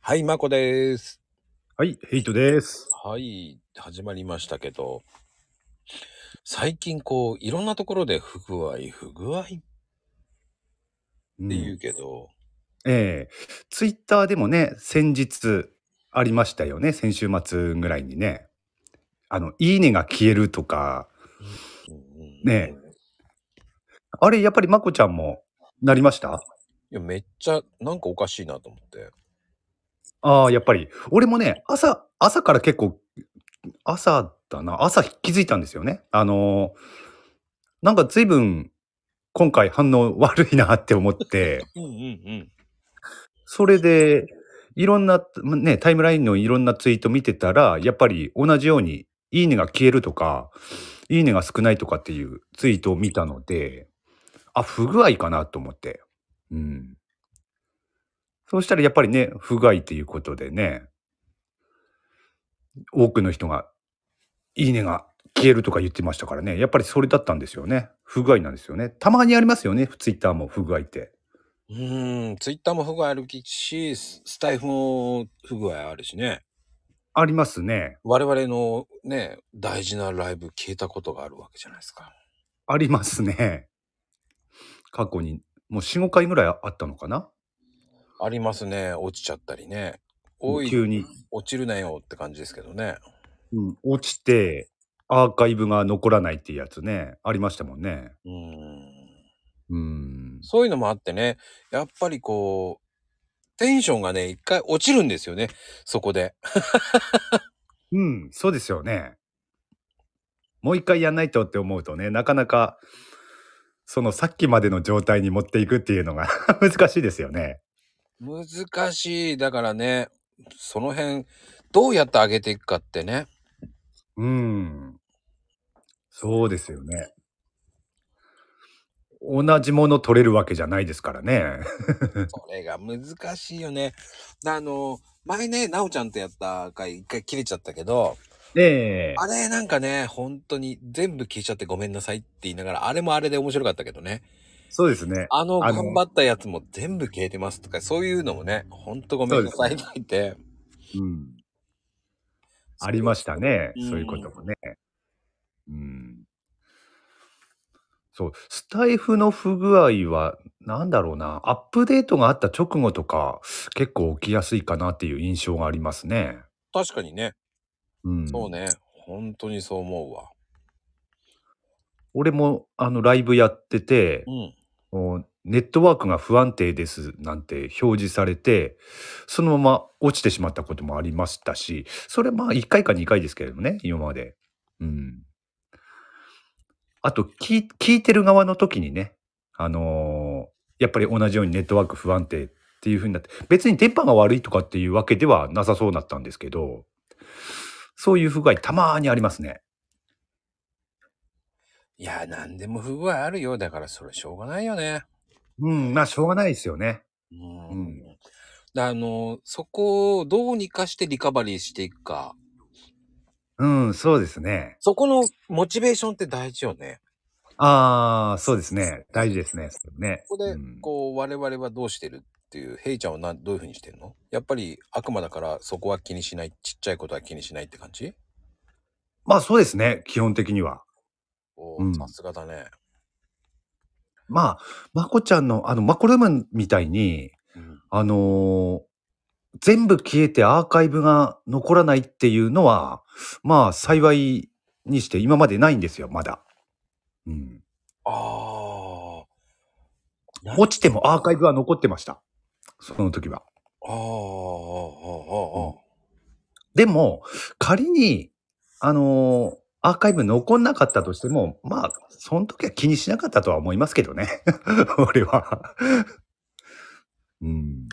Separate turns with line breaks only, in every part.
はい、まこです。
はい、ヘイトです。
はい、始まりましたけど、最近こう、いろんなところで不具合、不具合って
うん
言うけど、
ええツイッターでもね、先日ありましたよね、先週末ぐらいにね。あの、いいねが消えるとか、
うんうん
ねあれ、やっぱりまこちゃんもなりました
いやめっちゃなんかおかしいなと思って。
ああ、やっぱり。俺もね、朝、朝から結構、朝だな、朝気づいたんですよね。あのーなんか随分、今回反応悪いなって思って。
うんうん
それで、いろんな、まね、タイムラインのいろんなツイート見てたら、やっぱり同じように、いいねが消えるとか、いいねが少ないとかっていうツイートを見たので、あ、不具合かなと思って。うん。そうしたらやっぱりね、不具合っていうことでね、多くの人が、いいねが消えるとか言ってましたからね、やっぱりそれだったんですよね。不具合なんですよね。たまにありますよね、ツイッターも不具合って。
うん。うん、ツイッターも不具合あるし、ススタイフも不具合あるしね。
ありますね。
我々のね、大事なライブ消えたことがあるわけじゃないですか。
ありますね。過去に、もう4、5回ぐらいあったのかな
ありますね、落ちちゃったりね。おい、
急に、
落ちるなよって感じですけどね。
うん落ちて、アーカイブが残らないっていうやつね、ありましたもんね。
うん。
うん。
そういうのもあってね、やっぱりこう、テンションがね、一回落ちるんですよね、そこで。
うん、そうですよね。もう一回やんないとって思うとね、なかなか、そのさっきまでの状態に持っていくっていうのが 難しいですよね。
難しい。だからね、その辺、どうやって上げていくかってね。
うん。そうですよね。同じもの取れるわけじゃないですからね。
それが難しいよね。あの、前ね、なおちゃんとやった回、一回切れちゃったけど、
ええ
あれなんかね、本当に全部消えちゃってごめんなさいって言いながら、あれもあれで面白かったけどね。
そうですね。
あの、
あの
頑張ったやつも全部消えてますとか、そういうのもね、ほんとごめんなさいって言って。
うん。ありましたね
うん。
そういうこともね。うん。そう。スタイフの不具合は、なんだろうな。アップデートがあった直後とか、結構起きやすいかなっていう印象がありますね。
確かにね、
うん。
そうね。本当にそう思うわ。
俺も、あの、ライブやってて
う、ん。
もうネットワークが不安定ですなんて表示されて、そのまま落ちてしまったこともありましたし、それまあ1回か2回ですけれどもね、今まで。うん。あと聞、聞いてる側の時にね、あのーやっぱり同じようにネットワーク不安定っていう風になって、別に電波が悪いとかっていうわけではなさそうだったんですけど、そういう不具合たまーにありますね。
いや、なんでも不具合あるよ。だからそれしょうがないよね。
うん、まあしょうがないですよね。
うん。
うん
あの、そこをどうにかしてリカバリーしていくか。
うん、そうですね。
そこのモチベーションって大事よね。
ああ、そうですね。大事ですね。それね
ここで
うん、
こう、我々はどうしてるっていう、ヘイちゃんはなんどういうふうにしてるのやっぱり悪魔だからそこは気にしない。ちっちゃいことは気にしないって感じ
まあそうですね。基本的には。
お
う
ー
ん
さすがだね。
まあ、まこちゃんの、あの、マコルームみたいに、
うん
あのー全部消えてアーカイブが残らないっていうのは、まあ幸いにして今までないんですよ、まだ。うん。
ああ。
落ちてもアーカイブは残ってました。その時は。
あーあー、あーあー、ああ。
でも、仮に、あのーアーカイブ残んなかったとしても、まあ、その時は気にしなかったとは思いますけどね。 俺は。うん。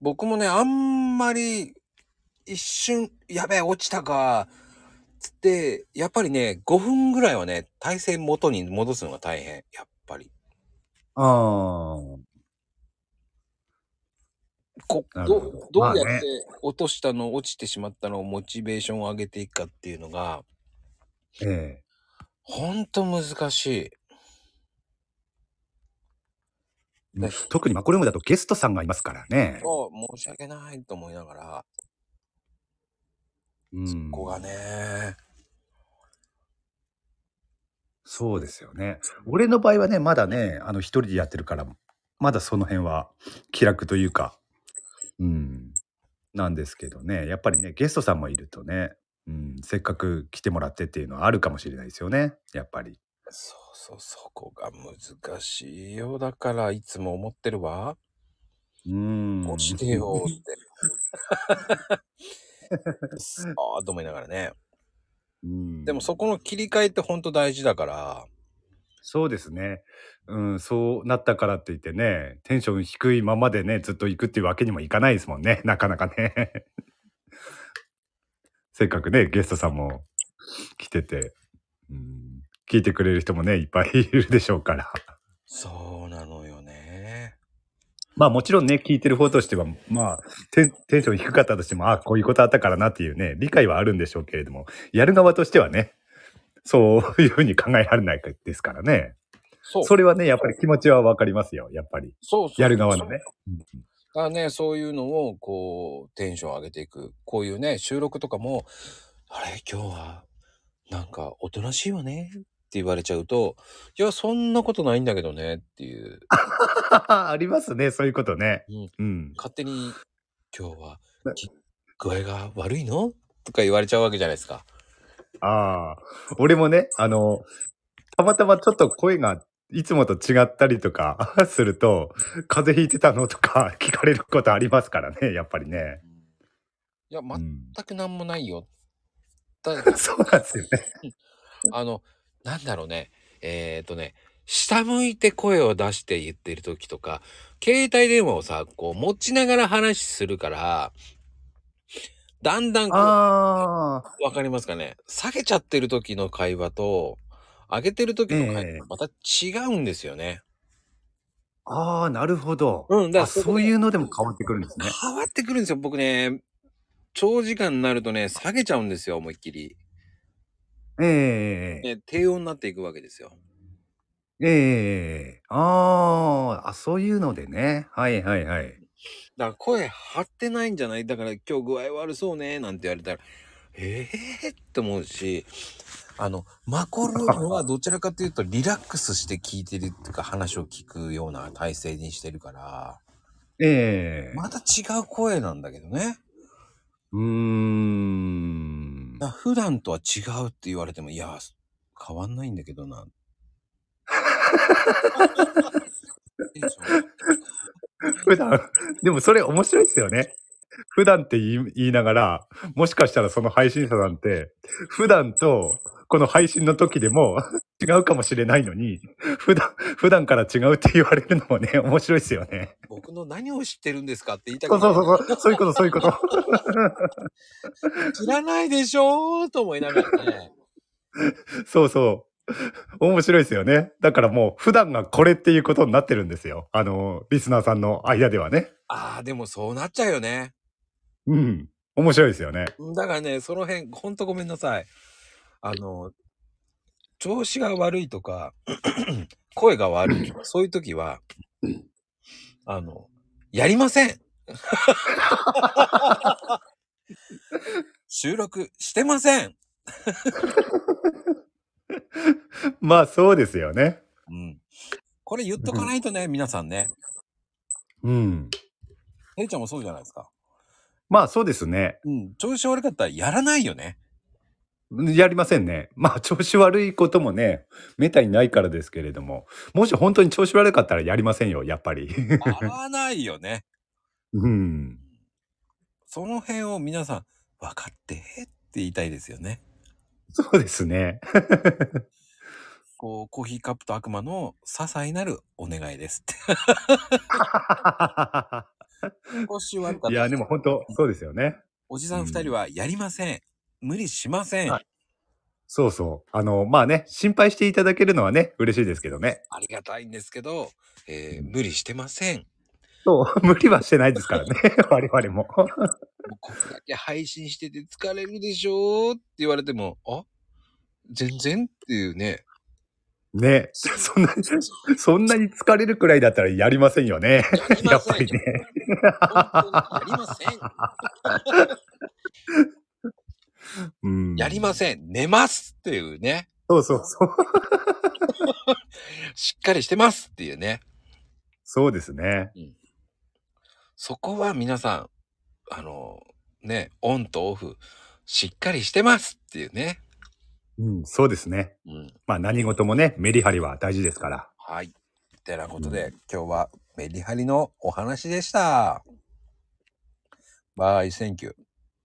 僕もねあんまり一瞬やべえ落ちたかつってやっぱりね5分ぐらいはね体勢元に戻すのが大変やっぱり
ああ。
こ
なる
ど
ほど
うどう
ま
や
あ
っ
ね
て落としたの、落ちてしまったのをモチベーションを上げていくかっていうのが
ええ
ほんと難しいね
特にマコルームだとゲストさんがいますからね。
そう、申し訳ないと思いながら、
うん
そこがね、
そうですよね。俺の場合はね、まだね、あの、一人でやってるから、まだその辺は気楽というか、うん、なんですけどね、やっぱりね、ゲストさんもいるとね、うん、せっかく来てもらってっていうのはあるかもしれないですよね、やっぱり。
そうそう、そこが難しいよ。だから、いつも思ってるわ。
うん。
押してよって。さあ、と思いながらね。
うん
でもそこの切り替えってほんと大事だから、
そうですね。うん、そうなったからって言ってね、テンション低いままでね、ずっと行くっていうわけにもいかないですもんね、なかなかね。 せっかくね、ゲストさんも来てて、うん、聞いてくれる人もね、いっぱいいるでしょうから。
そうなのよね。
まあもちろんね、聞いてる方としては、まあ、テンテンション低かったとしても、あこういうことあったからなっていうね、理解はあるんでしょうけれども、やる側としてはね、そういうふうに考えられないですからね。
そう。
それはね、やっぱり気持ちはわかりますよ、やっぱり。
そうそう
やる側のね。
だからね、そういうのを、こう、テンション上げていく。こういうね、収録とかも、あれ、今日は、なんか、おとなしいわねって言われちゃうと、いや、そんなことないんだけどねっていう、
ありますね、そういうことね。
うん
うん。
勝手に、今日は
な、
き具合が悪いのとか言われちゃうわけじゃないですか。
ああ。俺もね、あの、たまたまちょっと声がいつもと違ったりとか すると、風邪ひいてたのとか 聞かれることありますからね、やっぱりね。
いや、
う
全
ん、
くなんもないよ。た
そうなんですよね。
あの、なんだろうね。えっ、とね、下向いて声を出して言ってる時とか、携帯電話をさ、こう持ちながら話するから、だんだんこう、わ
ああ。
かりますかね。下げちゃってる時の会話と、上げてる時の会
ええ
話、また違うんですよね。
ああ、なるほど。
うんだから
あそういうのでも変わってくるんですね。
変わってくるんですよ、僕ね。長時間になるとね、下げちゃうんですよ、思いっきり。
ええ
ね、低音になっていくわけですよ。
ええああ、あ、そういうのでね。はいはいはい。
だから声張ってないんじゃないだから今日具合悪そうねなんて言われたらええー、って思うしあのマコルーム はどちらかというとリラックスして聞いてるっていうか話を聞くような体制にしてるから
ええ
また違う声なんだけどね
うーん
だから普段とは違うって言われてもいや変わんないんだけどな テンション
普段、でもそれ面白いですよね。普段って言い言いながら、もしかしたらその配信者なんて、普段とこの配信の時でも 違うかもしれないのに、普段、普段から違うって言われるのもね、 面白いですよね。
僕の何を知ってるんですかって言いた
そ
く
うそう
な
そうそう、そういうこと、そういうこと。
い知らないでしょーと思いながらね
そうそう。面白いですよね。だからもう普段がこれっていうことになってるんですよ。あの、リスナーさんの間ではね。
ああ、でもそうなっちゃうよね。
うん。面白いですよね。
だからね、その辺、ほんとごめんなさい。あの、調子が悪いとか、 声が悪いとか、そういう時は、あの、やりません 収録してません、
まあそうですよね。
うん、これ言っとかないとね、皆さんね。
うん。
てるちゃんもそうじゃないですか。
まあそうですね。
うん、調子悪かったらやらないよね。
やりませんね。まあ、調子悪いこともね、めったにないからですけれども、もし本当に調子悪かったらやりませんよ、やっ ぱり。
やらないよね。
うん。
その辺を皆さん、分かってって言いたいですよね。
そうです ね。
こう、コーヒーカップと悪魔の些細なるお願いですって。少し悪かった。
いや、でも本当、そうですよね。
おじさん二人はやりません。無理しません。
はそうそう。あの、まあね、心配していただけるのはね、嬉しいですけどね。
ありがたいんですけど、えー無理してません。
そう、無理はしてないですから ね、我々も。
もうこれだけ配信してて疲れるでしょうって言われても、あ全然っていうね。
ね。そんな、そんなに疲れるくらいだったらやりませんよね。
やり ま
やっぱ
せん
り
よ。
ね。
本当にやりません。
うん。。
やりますせん。寝ますっていうね。
そうそうそう。
しっかりしてますっていうね。
そうですね。
そこは皆さん、あの、ね、オンとオフ、しっかりしてますっていうね。
うん、そうですね。
うん。
まあ何事もね、メリハリは大事ですから。
はい。てなことで、今日はメリハリのお話でした。バイ、センキュー。